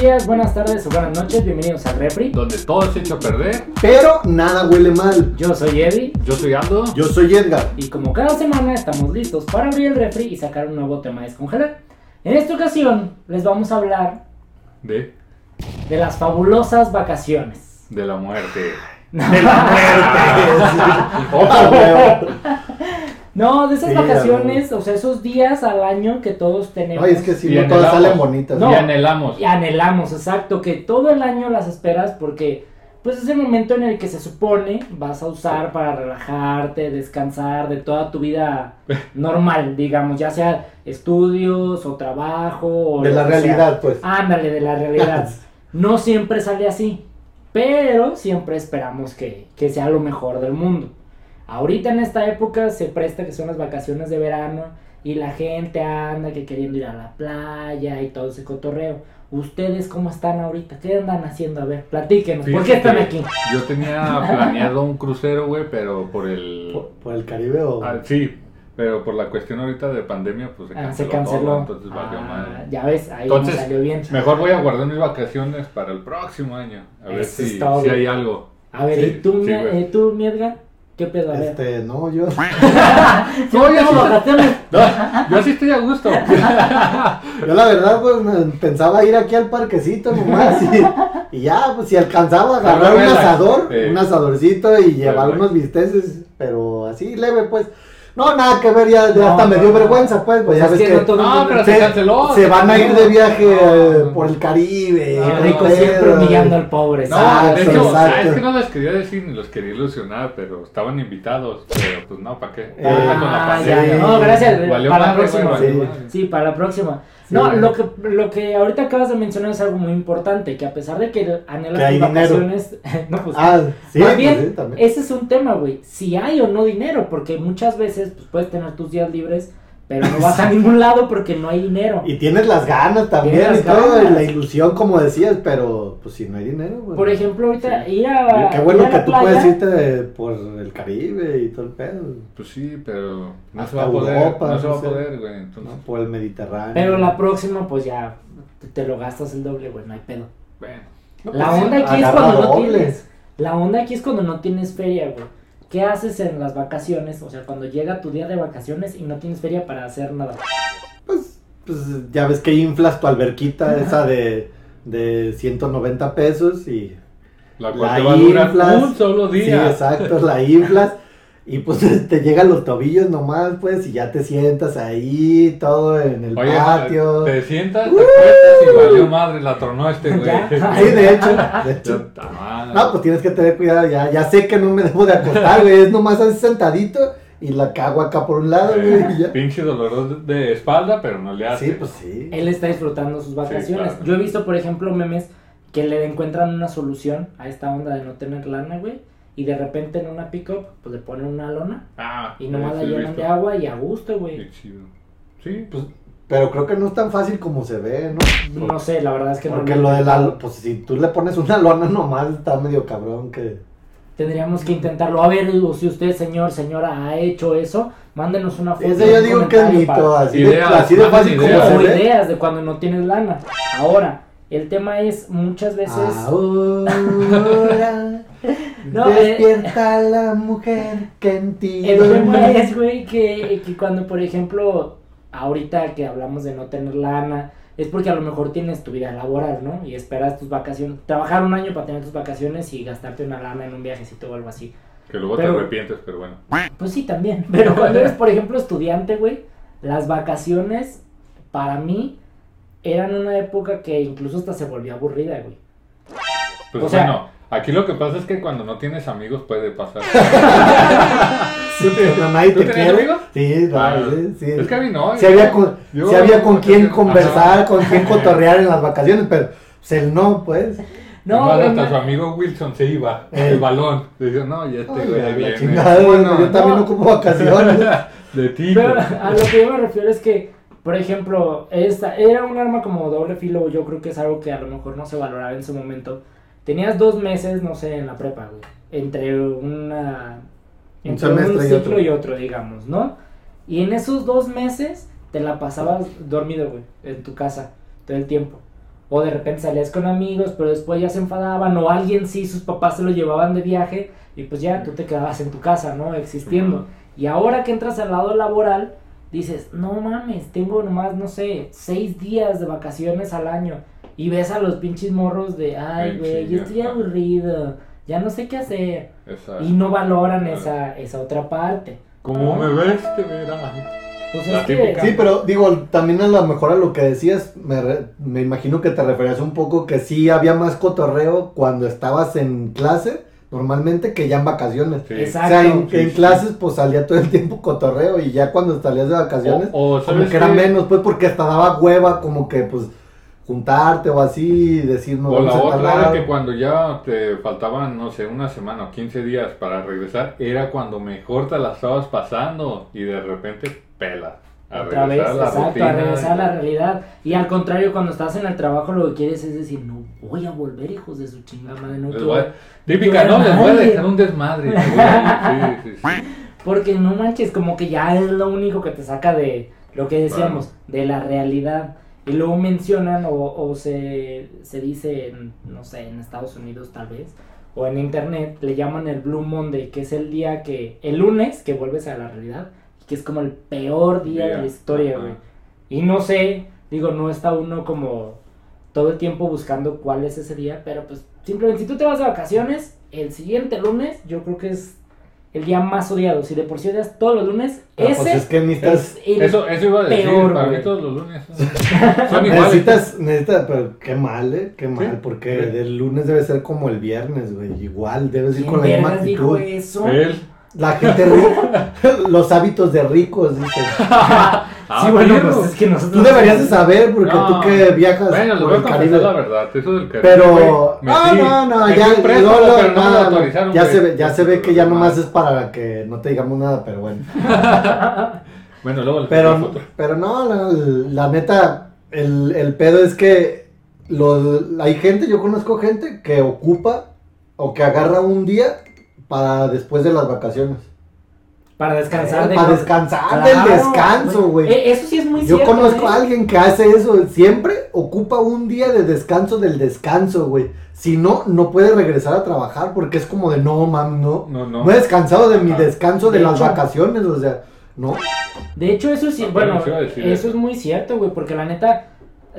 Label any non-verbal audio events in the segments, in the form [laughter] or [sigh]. días, buenas tardes o buenas noches. Bienvenidos a Refri. donde todo se echa a perder. Pero nada huele mal. Yo soy Eddie Yo soy Aldo. Yo [laughs] soy Edgar. y como cada semana estamos listos para abrir el refri y sacar un nuevo tema a descongelar. En esta ocasión les vamos a hablar De, de las fabulosas vacaciones. de la muerte. [laughs] Oh, De la [laughs] muerte. [laughs] Ah, huevo. No, de esas Sí, vacaciones, o sea, esos días al año que todos tenemos. Ay, es que si Y no anhelamos. todas salen bonitas. No. Y anhelamos. Y anhelamos, exacto, que todo el año las esperas porque pues es el momento en el que se supone vas a usar para relajarte, descansar de toda tu vida normal, digamos, ya sea estudios o trabajo o De lo la que sea. ah. realidad, pues. Ándale, de la [laughs] realidad. No siempre sale así, pero siempre esperamos que, que sea lo mejor del mundo. Ahorita en esta época se presta que son las vacaciones de verano y la gente anda que queriendo ir a la playa y todo ese cotorreo. ¿Ustedes cómo están ahorita? ¿Qué andan haciendo? A ver, platíquenos. ¿Por qué están Fíjate, aquí? Yo tenía planeado un crucero, güey, pero por el. ¿Por, por el Caribe o.? Ah, sí, pero por la cuestión ahorita de pandemia, pues se Ah, canceló. se todo, canceló. entonces valió Ah, madre. Ya ves, ahí Entonces, no salió bien. Mejor voy a guardar mis vacaciones para el próximo año. A ver Eso si, está, si güey. hay algo. [laughs] A ver, Sí, ¿y tú, sí, mi- güey. eh, tú, mi Edgar? ¿Qué pedo? A ver. Este, no, yo. Yo no Oye, tengo sí. vacaciones. No, yo sí estoy a [laughs] gusto. Yo la verdad, pues me- pensaba ir aquí al parquecito nomás. Y, y ya, pues si alcanzaba a agarrar un Relax. asador, Eh. un asadorcito y llevar Relax. unos bisteces, pero así leve, pues. No, nada que ver, ya, ya No, hasta me no, dio no. vergüenza, pues. pues Pues ya es ves que que. no todo- No, pero se, se- canceló. se van a ir de viaje No. eh, por el Caribe. Ah, qué rico siempre pedo. humillando al pobre. No, ¿sabes? de Exacto, hecho, ah, exacto. es que no les quería decir ni los quería ilusionar, pero estaban invitados. Pero pues no, ¿para qué? Eh, Ahorita con la Ah, pandemia. ya, ya. No, gracias. Valió para madre, la próxima. güey, valió Sí. madre. Sí, para la próxima. Sí. No, lo que, lo que ahorita acabas de mencionar es algo muy importante, que a pesar de que anhelas Que hay tus dinero. vacaciones, [laughs] no, pues, Ah, sí, más pues, bien, sí, también. ese es un tema, güey, si hay o no dinero, porque muchas veces pues, puedes tener tus días libres, pero no [laughs] vas a ningún lado porque no hay dinero. Y tienes las ganas también Tienes y todo, ganas. y la ilusión, como decías, pero pues si no hay dinero, güey. Por ejemplo, ahorita ir a... Qué bueno ir a la que tú playa, puedes irte de- por el Caribe y todo el pedo, Pues sí, pero no se Hasta va a poder. Europa, no se va a no sé. poder, güey. Entonces, ¿no? por el Mediterráneo. Pero la próxima, pues ya te- te lo gastas el doble, güey, no hay pedo. bueno. No, La pues, onda aquí es agarra cuando no doble. tienes. La onda aquí es cuando no tienes feria, güey. ¿Qué haces en las vacaciones? O sea, cuando llega tu día de vacaciones y no tienes feria para hacer nada. Pues, pues, ya ves que inflas tu alberquita esa de, de 190 pesos y. La cual La te va a durar inflas. un solo Sí, día. exacto, la inflas. Y pues [laughs] te llegan los tobillos nomás, pues, y ya te sientas ahí, todo en el Oye, patio. ¡Uh! te sientas, te acuestas y valió madre, la tronó este, güey. [laughs] Ya. [laughs] Sí, de hecho, de hecho. Puta madre. No, pues tienes que tener cuidado, ya, ya sé que no me debo de acostar, güey, es nomás así sentadito y la cago acá por un lado, güey, y Eh, ya. Pinche dolor de de espalda, pero no le hace. Sí, pues sí. Él está disfrutando sus vacaciones. claro. Yo he visto, por ejemplo, memes que le encuentran una solución a esta onda de no tener lana, güey. Y de repente en una pickup, pues le ponen una lona Ah, y nomás sí, la sí, he llenan de visto. agua y a gusto, güey. Qué chido. Sí, pues Pero creo que no es tan fácil como se ve, ¿no? No sé, la verdad es que no Porque me- lo de la, pues si tú le pones una lona nomás está medio cabrón que... Tendríamos que intentarlo. A ver, digo, si usted, señor, señora, ha hecho eso, mándenos una foto. Ese yo un digo que es comentario para- mito, así, de, Ideas, así de más fácil como ideas. se o ve. ideas de cuando no tienes lana. Ahora, el tema es muchas veces. Ah, Ahora [laughs] No, eh. despierta la mujer que en ti el tema duerme. es, güey, que, que cuando, por ejemplo, ahorita que hablamos de no tener lana, es porque a lo mejor tienes tu vida laboral, ¿no? Y esperas tus vacaciones. Trabajar un año para tener tus vacaciones y gastarte una lana en un viajecito o algo así. que luego Pero- te arrepientes, pero bueno. Pues sí, también. [laughs] Pero cuando eres, por ejemplo, estudiante, güey, las vacaciones para mí eran una época que incluso hasta se volvió aburrida, güey. Pues O sea- bueno, aquí lo que pasa es que cuando no tienes amigos puede [laughs] pasar. Sí, pero nadie ¿Tú te tenías quiere. amigos? Sí, Ah, no, sí, sí. Es que a mí no. Si había con, Yo- si había con yo- quién ajá. conversar, con quién cotorrear en las vacaciones, pero pues el no, pues. No, Nomás güey, hasta no. su amigo Wilson se iba, Eh. el balón. Le dijo, no, ya este Ay, güey la viene. chingada, Bueno, yo también no. [laughs] ocupo vacaciones. De ti. Pero güey. a lo que yo me refiero es que, por ejemplo, esta era un arma como doble filo, yo creo que es algo que a lo mejor no se valoraba en su momento. Tenías dos meses, no sé, en la prepa, güey, entre una Un entre un, semestre y ciclo otro. y otro, digamos, ¿no? Y en esos dos meses te la pasabas dormido, güey, en tu casa todo el tiempo. O de repente salías con amigos, pero después ya se enfadaban. O alguien sí, sus papás se lo llevaban de viaje. Y pues ya tú te quedabas en tu casa, ¿no? Existiendo. Ujú. Y ahora que entras al lado laboral, dices, no mames, tengo nomás, no sé, seis días de vacaciones al año. Y ves a los pinches morros de, ay, Sí, güey, sí, yo ya estoy está. aburrido. Ya no sé qué hacer. Esa- Y no valoran Ah. esa, esa otra parte. Como me ves, te verás. Pues La es que- típica. Sí, pero digo, también a lo mejor a lo que decías, me, re- me imagino que te referías un poco que sí había más cotorreo cuando estabas en clase, normalmente que ya en vacaciones. Sí. Exacto. O sea, en, Sí, en sí. clases pues salía todo el tiempo cotorreo y ya cuando salías de vacaciones, O, o, como ¿sabes que era qué? menos, pues porque hasta daba hueva, como que pues juntarte o así, y decir no O la vamos a tal otra era lado". que cuando ya te faltaban, no sé, una semana o 15 días para regresar, era cuando mejor te la estabas pasando y de repente pela. A Otra vez, regresar a la exacto, rutina. a regresar a la realidad. Y al contrario, cuando estás en el trabajo, lo que quieres es decir, no voy a volver, hijos de su chingada madre, no Les quiero". voy a- Típica, quiero no, les voy a nadie. dejar un desmadre. les voy a- Sí, sí, [laughs] sí. Porque no manches, como que ya es lo único que te saca de lo que decíamos, de la realidad. Y luego mencionan o, o se, se dice, en, no sé, en Estados Unidos tal vez, o en internet, le llaman el Blue Monday, que es el día que, el lunes que vuelves a la realidad, que es como el peor día, de Día, la historia, ajá. güey. Y no sé, digo, no está uno como todo el tiempo buscando cuál es ese día, pero pues simplemente si tú te vas de vacaciones, el siguiente lunes yo creo que es el día más odiado. Si de por sí odias todos los lunes, Ah, Pero, ese pues es que necesitas, es el- Eso, eso iba a decir, Peor, para güey. mí todos los lunes [laughs] son, son iguales. necesitas, necesitas, pero qué mal, eh, qué mal, Sí. porque Sí. el lunes debe ser como el viernes, güey, igual, debes ir ¿Quién con la misma vergas dijo actitud. eso? Él. La [laughs] gente rica, los hábitos de ricos, dice. sí, Ah, bueno, perro. pues es que nosotros... Tú deberías de saber, porque No. tú que viajas Bueno, les por voy a el Caribe. confesar la verdad, eso del Caribe. Pero, güey, ah, metí- no, no, metí ya, un préstamo, no, no, pero no me lo nada, no, autorizaron, ya güey. se ve, ya se ve que ya nomás es para que no te digamos nada, pero bueno. Bueno, luego les Pero, foto. pero no, la, la neta, el, el pedo es que lo- hay gente, yo conozco gente que ocupa o que agarra un día para después de las vacaciones. Para descansar de... Eh, para descansar Claro, del descanso, güey. Eh, eso sí es muy Yo cierto. conozco ¿eh? a alguien que hace eso, siempre ocupa un día de descanso del descanso, güey. Si no, no puede regresar a trabajar porque es como de no, mam, no. No, no. No he descansado de mi Ah, descanso de, de las hecho. vacaciones, o sea, no. De hecho, eso sí, Ah, bueno, bueno, sí iba a decir eso, eso. es muy cierto, güey, porque la neta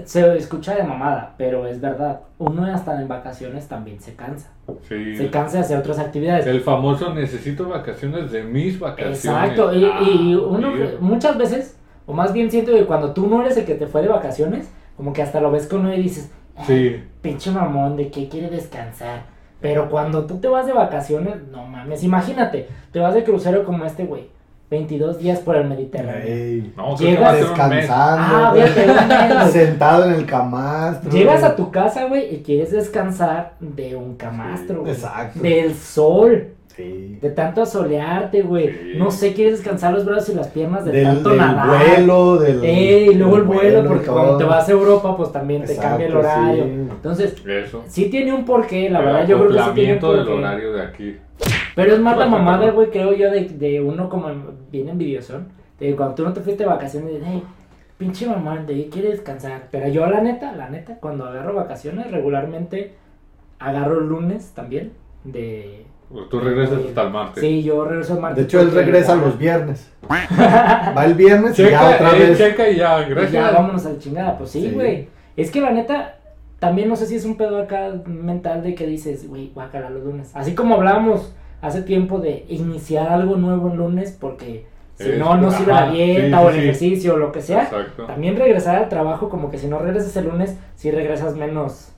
se escucha de mamada, pero es verdad. Uno hasta en vacaciones también se cansa. Sí. Se cansa de hacer otras actividades. El famoso necesito vacaciones de mis vacaciones. Exacto, y, Ah, y uno mira. muchas veces, o más bien siento que cuando tú no eres el que te fue de vacaciones, como que hasta lo ves con uno y dices, Sí, pinche mamón, ¿de qué quiere descansar? Pero cuando tú te vas de vacaciones, no mames, imagínate, te vas de crucero como este güey, 22 días por el Mediterráneo. Ey, no, creo que va Llegas a ser un mes. Ah, descansando, güey, [laughs] fíjate, un mes. sentado en el camastro. Llegas güey. a tu casa, güey, y quieres descansar de un camastro, güey. Exacto. Del sol, Sí. de tanto solearte, güey. Sí. No sé, quieres descansar los brazos y las piernas de Del, tanto del nadar. vuelo, del. Eh, y luego el del vuelo, y porque todo. cuando te vas a Europa, pues también te Exacto, cambia el horario. sí. Entonces, Eso. sí tiene un porqué, la El verdad, yo creo que sí tiene un acoplamiento del porqué. horario de aquí. Pero es más la Claro, mamada, claro. güey, creo yo, de, de uno como bien envidiosón. De cuando tú no te fuiste de vacaciones, dices, hey, pinche mamá, de ahí quiere descansar. Pero yo, la neta, la neta, cuando agarro vacaciones, regularmente agarro el lunes también. De... Tú regresas hasta el martes. Sí, yo regreso el martes. De hecho, él porque- regresa [laughs] los viernes. Va el viernes y ya Checa, otra eh, vez. checa y ya, Y gracias. Pues Ya vámonos al chingada, pues sí, Sí. güey. Es que la neta, también no sé si es un pedo acá mental de que dices, güey, guácala los lunes. Así como hablábamos hace tiempo de iniciar algo nuevo el lunes, porque si Es- no, no sirve ajá, la dieta sí, o el sí, sí. ejercicio o lo que sea. Exacto. También regresar al trabajo, como que si no regresas el lunes, sí regresas menos.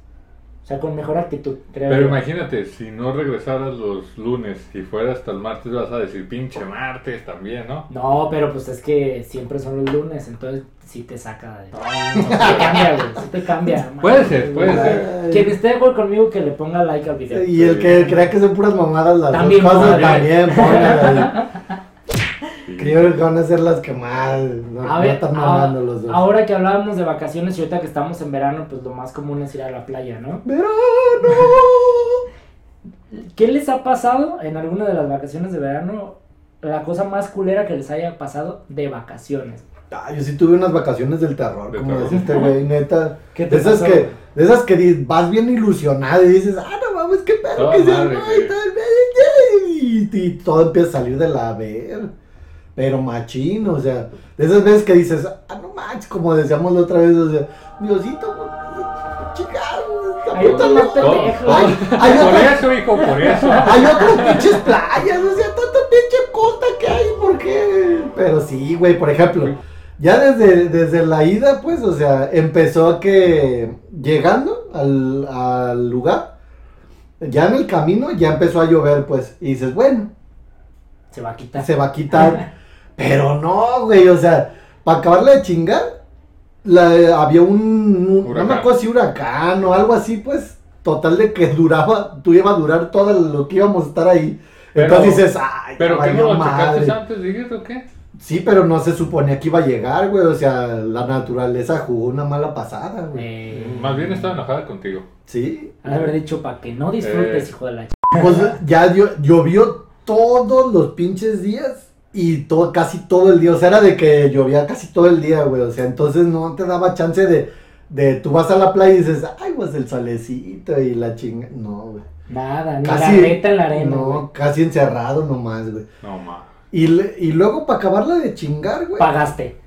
O sea, con mejor actitud, creo. Pero yo. imagínate, si no regresaras los lunes y fuera hasta el martes, vas a decir pinche martes también, ¿no? No, pero pues es que siempre son los lunes, entonces sí te saca de... Sí te cambia, güey, sí te cambia. Puede man. ser, puede Ay, ser. Ay. Quien esté de acuerdo conmigo que le ponga like al video. Y el que crea que son puras mamadas las dos También cosas póngale. también, póngale. [laughs] Sí. Creo que van a ser las que más. No, A no ver, están a- mamando los dos. ahora que hablábamos de vacaciones y ahorita que estamos en verano, pues lo más común es ir a la playa, ¿no? Verano. ¿Qué les ha pasado en alguna de las vacaciones de verano? La cosa más culera que les haya pasado de vacaciones. Ah, yo sí tuve unas vacaciones del terror, De como terror. decía este [laughs] güey, neta. ¿Qué te De esas, pasó? Pues que, de esas que di- vas bien ilusionada y dices, ah, no mames, qué perro Toda que se madre, armó y güey. tal, y, y todo empieza a salir de la ver. Pero machín, o sea, de esas veces que dices, ah, no manches, como decíamos la otra vez, o sea, Diosito, chicas, Ay, apúntalo. no te Todo- dejo. todo- Ay, ay, Por otra- eso, hijo, por eso. [laughs] Hay otras pinches playas, o sea, tanta pinche costa que hay, ¿por qué? Pero sí, güey, por ejemplo, ya desde, desde la ida, pues, o sea, empezó que llegando al, al lugar, ya en el camino ya empezó a llover, pues, y dices, bueno, Se va a quitar. se va a quitar, pero no, güey, o sea, para acabarle de chingar, la- había un, un- no me Huracán. acuerdo si huracán o algo así, pues, total de que duraba, tú iba a durar todo lo que íbamos a estar ahí. Pero- Entonces dices, ay, ¿Pero que valió no lo madre". checaste antes, dijiste o qué? Sí, pero no se suponía que iba a llegar, güey. O sea, la naturaleza jugó una mala pasada, güey. Eh, Mm, Más bien estaba enojada contigo. Sí. ha de haber dicho para que no disfrutes, Eh. hijo de la ch. Pues ya dio- llovió todos los pinches días y todo, casi todo el día. O sea, era de que llovía casi todo el día, güey. O sea, entonces no te daba chance de. de tú vas a la playa y dices, ay, pues el solecito y la chinga. No, güey. Nada, ni Casi- la reta en la arena. güey. Ah, No, casi encerrado nomás, güey. No, ma. Y, le- y luego para acabarla de chingar, güey. Pagaste.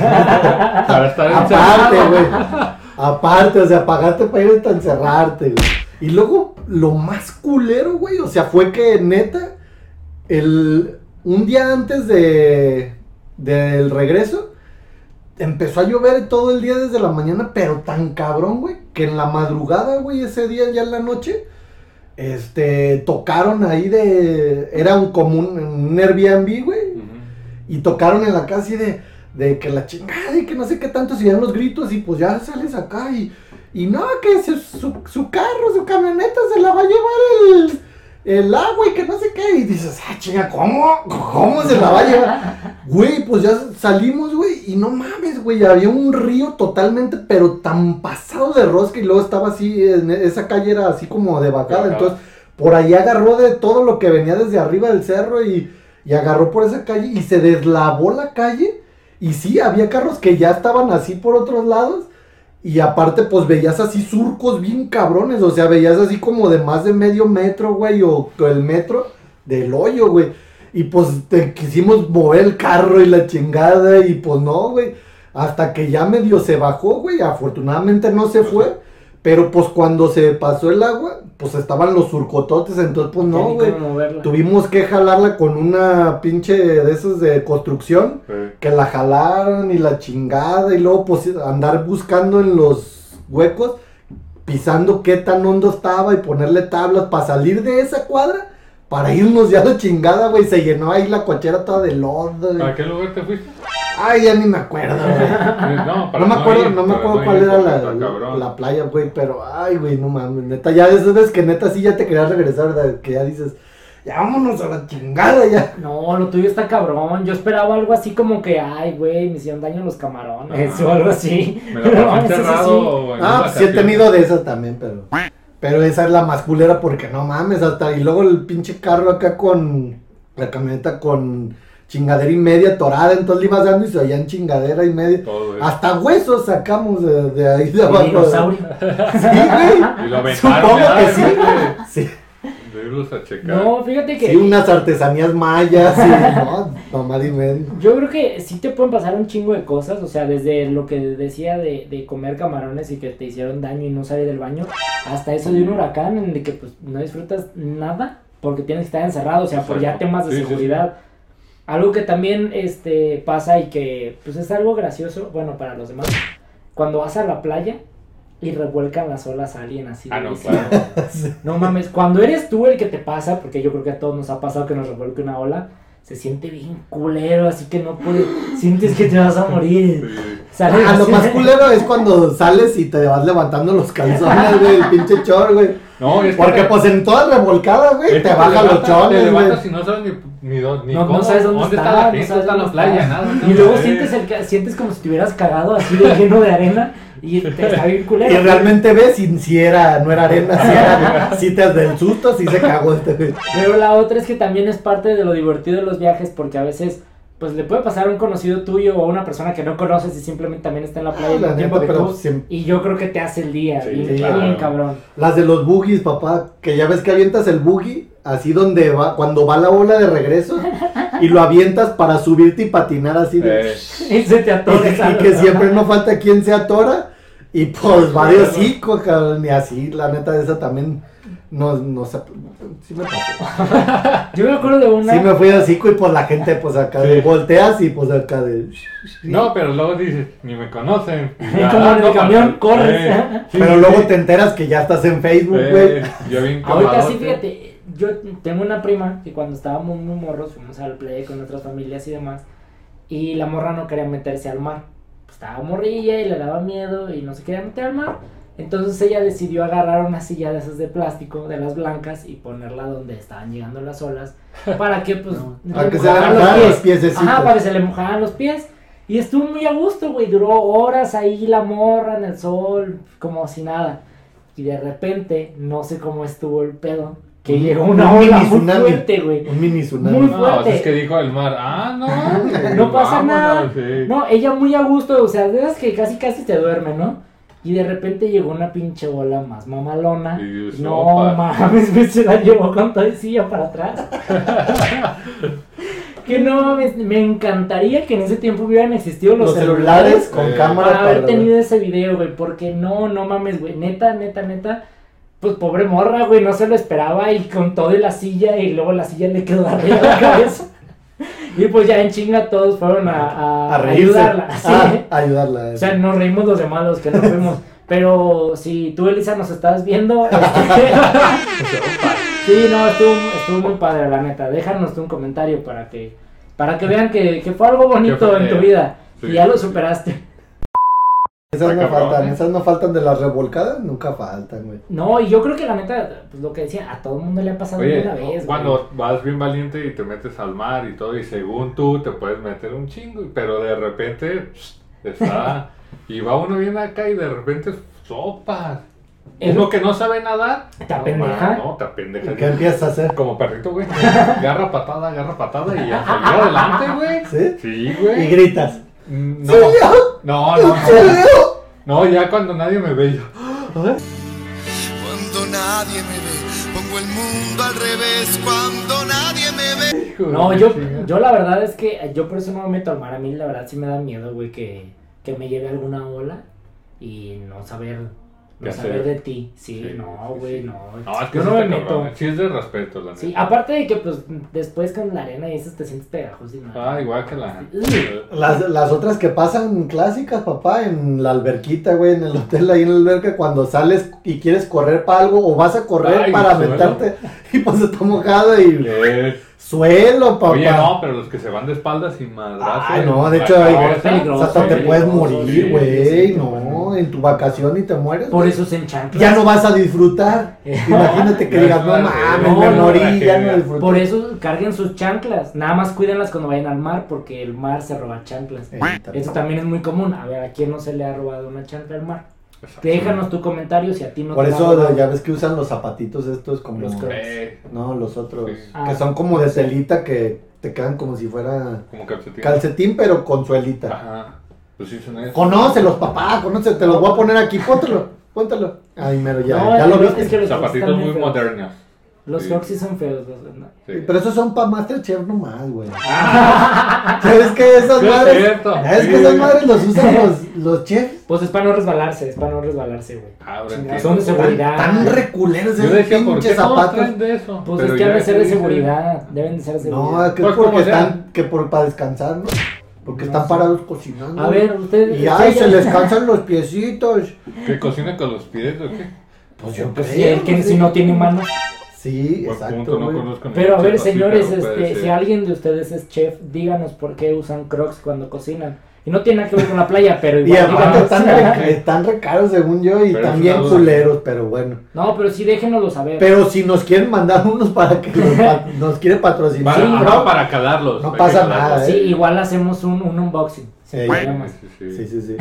Para estar encerrado. Aparte, güey. Aparte, o sea, pagaste para ir a encerrarte, güey. Y luego, lo más culero, güey. O sea, fue que neta, el, un día antes de del regreso, empezó a llover todo el día desde la mañana, pero tan cabrón, güey, que en la madrugada, güey, ese día ya en la noche, este, tocaron ahí de, era un común, un Airbnb, güey, Ujú. y tocaron en la casa y de, de que la chingada y que no sé qué tanto, se dan los gritos y pues ya sales acá y, y no, que se- su, su carro, su camioneta se la va a llevar el, el agua y que no sé qué. Y dices, ah, chinga, ¿cómo? ¿Cómo Pues se la va a [laughs] llevar? Güey, pues ya salimos, güey, y no mames, güey, había un río totalmente, pero tan pasado de rosca y luego estaba así, en esa calle era así como de bajada, Ajá. entonces por ahí agarró de todo lo que venía desde arriba del cerro y, y agarró por esa calle y se deslavó la calle. Y sí, había carros que ya estaban así por otros lados. Y aparte, pues veías así surcos bien cabrones. O sea, veías así como de más de medio metro, güey, o el metro del hoyo, güey. Y pues te quisimos mover el carro y la chingada. Y pues no, güey. Hasta que ya medio se bajó, güey. Afortunadamente no se fue. Pero pues cuando se pasó el agua, pues estaban los surcototes. Entonces, pues Ya no, ni güey. cómo moverla. Tuvimos que jalarla con una pinche de esos de construcción. Sí. Que la jalaron y la chingada. Y luego pues andar buscando en los huecos. Pisando qué tan hondo estaba y ponerle tablas para salir de esa cuadra. Para irnos ya a la chingada, güey. Se llenó ahí la cochera toda de lodo. güey. ¿Para qué lugar te [laughs] fuiste? Eh, Ay, ya ni me acuerdo, güey. No, No me acuerdo, ir, no me para acuerdo no cuál ir, era porque la, está cabrón. la playa, güey, pero ay, güey, no mames, neta, ya de esas veces que neta sí ya te querías regresar, ¿verdad? que ya dices, ya vámonos a la chingada ya. No, lo tuyo está cabrón. Yo esperaba algo así como que, ay, güey, me hicieron daño los camarones Ah. o algo [laughs] así. Me Pero la pasé eso sí. encerrado. en Ah, una pues sí he vacación. tenido de esas también, pero pero esa es la más culera porque no mames, hasta y luego el pinche carro acá con la camioneta con chingadera y media torada, entonces le ibas dando y se oían chingadera y media. Todo eso. Hasta huesos sacamos de, de ahí de El abajo. dinosaurio. Sí, güey. Y lo aventaron. Supongo que ¿verdad? sí, güey. Sí. De irlos a checar. No, fíjate que. Sí, unas artesanías mayas, y, no, mamá y medio. Yo creo que sí te pueden pasar un chingo de cosas, o sea, desde lo que decía de, de comer camarones y que te hicieron daño y no salir del baño, hasta eso de un huracán en el que pues no disfrutas nada porque tienes que estar encerrado, o sea, por ya Exacto. temas de Sí, sí, sí. seguridad. Algo que también este pasa y que pues es algo gracioso, bueno, para los demás, cuando vas a la playa y revuelcan las olas a alguien así. Ah, de no, visita. [laughs] No mames, cuando eres tú el que te pasa, porque yo creo que a todos nos ha pasado que nos revuelque una ola, se siente bien culero, así que no puedes, sientes que te vas a [laughs] morir. Sí. Sales Ah, lo así- más culero es cuando sales y te vas levantando los calzones, güey, el pinche chor, güey. No, es que Porque te- pues en toda revolcada, es que güey, te bajan los levantas- Te chones, güey. levantas y no sabes ni, ni, dó- [laughs] ni No, no cómo. sabes dónde, está, la no gente, sabes está dónde la playa, está. nada. Y no luego sé. sientes, el, ca- sientes como si te hubieras cagado así de lleno de arena y [laughs] te está bien culero. Y realmente ves si, si era, no era arena, si era, si te del susto, si se cagó este güey. Pero la otra es que también es parte de lo divertido de los viajes porque a veces pues le puede pasar a un conocido tuyo o a una persona que no conoces y simplemente también está en la playa Ah, y la el tiempo neta, que pero tú, siempre- y yo creo que te hace el día, Sí, bien, claro. bien cabrón. Las de los boogies, papá, que ya ves que avientas el boogie, así donde va, cuando va la ola de regreso, y lo avientas para subirte y patinar así de... Eh, Y se te [laughs] [laughs] y, atora esa- y que siempre no falta quien se atora, y pues va de hocico, cabrón, y así, la neta, esa también no, no se... Sí me pasó. Yo me acuerdo de una. Sí me fui de hocico y pues la gente, pues acá de... Volteas y pues acá de... No, pero luego dices, ni me [laughs] conocen. [laughs] Es como en el camión, corres. [laughs] Pero luego te enteras que ya estás en Facebook, güey. yo bien Ahorita camarote. sí, fíjate, yo tengo una prima que cuando estábamos muy morros fuimos al play con otras familias y demás, y la morra no quería meterse al mar. Pues estaba morrilla y le daba miedo y no se quería meter al mar. Entonces ella decidió agarrar una silla de esas de plástico, de las blancas, y ponerla donde estaban llegando las [laughs] olas, para que pues... le Para que se mojaran los agarraran los pies. Ajá, para que piececitos. se le mojaran los pies. Y estuvo muy a gusto, güey. Duró horas ahí la morra en el sol, como si nada. Y de repente, no sé cómo estuvo el pedo, que llegó una Un ola mini muy tsunami. fuerte, güey. Un mini tsunami. Muy No, fuerte. es que dijo el mar, ah, no. No pasa vámonos, nada. sí. No, ella muy a gusto, o sea, de esas que casi casi te duerme, ¿no? Y de repente llegó una pinche ola más mamalona. Y dices, no "Opa". mames, güey, se la llevó con todo el silla para atrás. que no mames, me encantaría que en ese tiempo hubieran existido los, Los celulares con Eh, cámara para haber para- tenido ese video, güey, porque no, no mames, güey, neta, neta, neta. Pues pobre morra, güey, no se lo esperaba y con todo y la silla y luego la silla le quedó arriba de la [laughs] cabeza. Y pues ya en chinga todos fueron a, a- a reírse. ayudarla. sí. Ah, ayudarla. O sea, nos reímos los demás los que no [laughs] fuimos. Pero si tú, Elisa, nos estás viendo. [laughs] este, sí, no, estuvo, estuvo muy padre, la neta. Déjanos tú un comentario para que para que vean que, que fue algo bonito fue, en tu eh, vida. sí, y ya lo sí. superaste. Esas no Cabrón, faltan, ¿eh? esas no faltan de las revolcadas, nunca faltan, güey. No, y yo creo que la neta, pues lo que decía, a todo el mundo le ha pasado Oye, una vez. güey. cuando vas bien valiente y te metes al mar y todo, y según tú te puedes meter un chingo, pero de repente pss, [laughs] está. y va uno bien acá y de repente sopas. Es- Uno que no sabe nadar. Te no, apendeja. ma, No, te apendeja. ¿Y ¿Qué empiezas a hacer? Como perrito, güey. Agarra patada, agarra patada y [laughs] ya salió adelante, güey. ¿Sí? Sí, Y güey. gritas. ¿Eh? Mm, ¡Soy No, yo! no, no. ¡Soy no. yo! No, ya cuando nadie me ve, yo. ¿Eh? Cuando nadie me ve, pongo el mundo al revés. Cuando nadie me ve. hijo de No, la yo, chingada. yo la verdad es que yo por eso no me meto al mar. A mí la verdad sí me da miedo, güey, que, que me lleve alguna ola y no saber, no ¿Qué saber hacer? de ti. Sí, Sí, no, sí, güey, sí. no. No, es que Yo sí no me está cabrón, meto. eh. Sí es de respeto, la Sí, neta. aparte de que pues después con la arena y eso te sientes pegajoso y no. Ah, igual que la. Las, las otras que pasan clásicas, papá, en la alberquita, güey, en el hotel, ahí en la alberca, cuando sales y quieres correr para algo o vas a correr Ay, para suelo. meterte [laughs] y pues está mojado y Eh, suelo, papá. Oye, no, pero los que se van de espaldas y madrazos. Ay, no, de hecho, Ah, hay- no, es peligroso, O sea, hasta te Sí, puedes sí, morir, sí, güey, sí, no, en tu vacación y te mueres. Por güey. eso se enchanclan. Ya no vas a [laughs] disfrutar. Imagínate que No, digas, no, no no, mames, no, me no, morí, no, ya no, no no. disfruté. Por eso carguen sus chanclas. Nada más cuídenlas cuando vayan al mar porque el mar se roba chanclas. Eh, Eso también es muy común. A ver, ¿a quién no se le ha robado una chancla al mar? Exacto. Déjanos tu comentario si a ti no Por te la eso robaron. ya ves que usan los zapatitos estos como Los los Eh, no, los otros Sí. Ah. que son como de celita que te quedan como si fuera como calcetín. calcetín pero con suelita. Ajá. Pues sí, son esos. Conócelos, papá, conócelos, te los voy a poner aquí, póntelo, póntelo. Ay, mero ya, No, ya es lo que- viste. es que los Crocs Zapatitos están muy bien feos. modernos. Los Sí. Crocs sí son feos. Los, ¿no? Sí. Pero esos son para Masterchef nomás, güey. Ah. [laughs] ¿Sabes que esas Sí, es madres? cierto. ¿Sabes que Sí. esas madres los usan los, los chefs? Pues es para no resbalarse, es para no resbalarse, güey. Ah, ahora Chingados, entiendo. Son de Tan, seguridad. tan reculeros Yo esos decía, ¿por qué pinches todos zapatos. traen de eso? Pues Pero es que ya han de ser de dicen- seguridad. Deben de ser de No, seguridad. que Pues, es porque como sea. están, que por, para descansar, ¿no? Porque No están sé. parados cocinando. a ver, eh, ustedes. Y ay, se ustedes- les cansan los piecitos. ¿Que cocina con los pies o qué? Pues yo Pues sí, el que si no tiene mano. Pues Sí, Buen exacto. punto, no güey. conozco Pero a ningún ver, chef así, señores, pues pero puede este, ser. si alguien de ustedes es chef, díganos por qué usan Crocs cuando cocinan. Y no tiene nada que ver con la playa, pero y igual. aparte díganos. [laughs] están, re, están re caros según yo y Pero es también una duda. culeros, pero bueno. No, pero sí déjenoslo saber. Pero si nos quieren mandar [laughs] unos para que los pa- nos quiere patrocinar. Para, Sí, ah, bro. para calarlos. No hay que pasa calarlos. nada, ¿eh? sí, igual hacemos un, un unboxing. Sin Sí. problemas. Sí, sí, sí. Sí, sí, sí.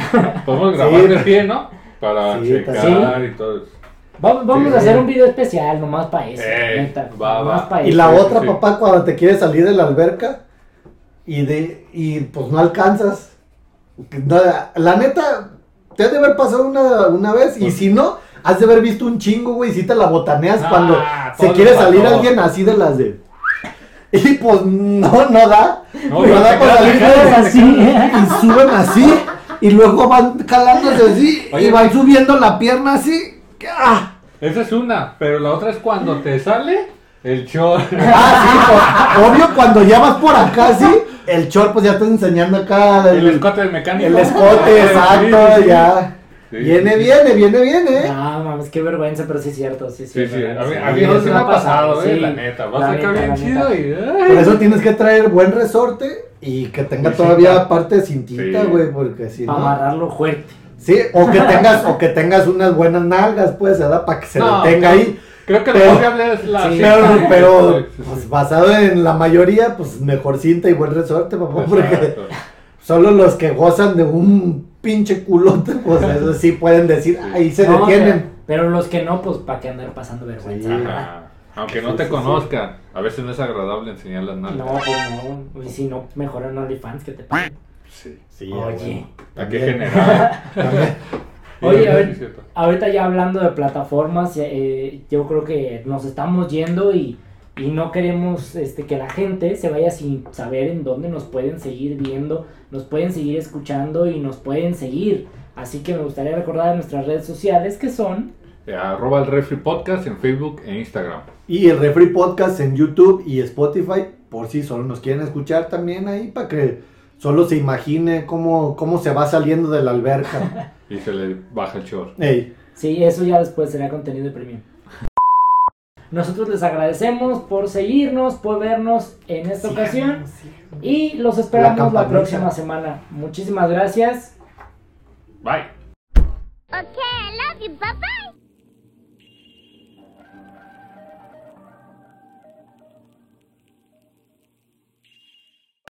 Podemos grabar Sí. de pie, ¿no? Para Sí, checar sí. y todo eso. Vamos, vamos Sí. a hacer un video especial nomás para eso. Eh, neta, va, nomás va. pa' Y eso. la Sí, sí, otra, sí. papá, cuando te quieres salir de la alberca, y de y pues no alcanzas. Nada, La neta, te has de haber pasado una, una vez y si no, has de haber visto un chingo, güey, si te la botaneas Pues Ah, cuando todo se quiere le pasó. salir alguien así de las de... Y pues no, no da. No, No, pero da te para quedas salir acá, de- [laughs] así. [laughs] y suben así y luego van calándose así Oye. y van subiendo la pierna así. ¡Ah! Esa es una, pero la otra es cuando te sale el short. Ah, sí, pues, obvio cuando ya vas por acá así, el short pues ya te está enseñando acá El escote del mecánico. el escote, [laughs] Sí, exacto, sí, sí. ya. Sí, Ah. Viene, sí. viene, viene, viene. No, mames, qué vergüenza, pero sí es cierto, sí, sí. Sí, es sí, verdad, a mí, sí. a mí no se me ha pasado, eh, sí. la neta. Vas La a sacar neta, bien la chido neta. y... Por eso tienes que traer buen resorte y que tenga Sí, todavía cinta. parte de cintita, Sí. güey, porque si Para no. amarrarlo fuerte. Sí, o que tengas, o que tengas unas buenas nalgas, pues, ¿verdad? Para que se No, detenga ahí. Creo que Pero- lo que hablé es la... Sí, Pero, cinta. pero [laughs] Sí, sí, pues, sí. basado en la mayoría, pues mejor cinta y buen resorte, papá, Pues, porque [laughs] Exacto. solo los que gozan de un pinche culote, pues eso sí pueden decir, ahí se No, detienen. Pero, pero los que no, pues, ¿para qué andar pasando vergüenza? Sí. ¿verdad? Ajá. Aunque no Sí, te sí, sí. conozcan, a veces no es agradable enseñar las nalgas. No, pues no. Y si no, mejor en OnlyFans que te paguen. Sí. Sí, Oye. ¿A qué [laughs] general? Oye, a Sí, es ver, cierto. ahorita ya hablando de plataformas, eh, yo creo que nos estamos yendo y, y no queremos este, que la gente se vaya sin saber en dónde nos pueden seguir viendo, nos pueden seguir escuchando y nos pueden seguir. Así que me gustaría recordar nuestras redes sociales que son... Eh, Arroba el Refri Podcast en Facebook e Instagram. Y el Refri Podcast en YouTube y Spotify, por si solo nos quieren escuchar también ahí, para que solo se imagine cómo, cómo se va saliendo de la alberca. Y se le baja el short. Ey. Sí, eso ya después será contenido de premium. Nosotros les agradecemos por seguirnos, por vernos en esta ocasión y los esperamos la campanita. próxima semana. Muchísimas gracias. Bye.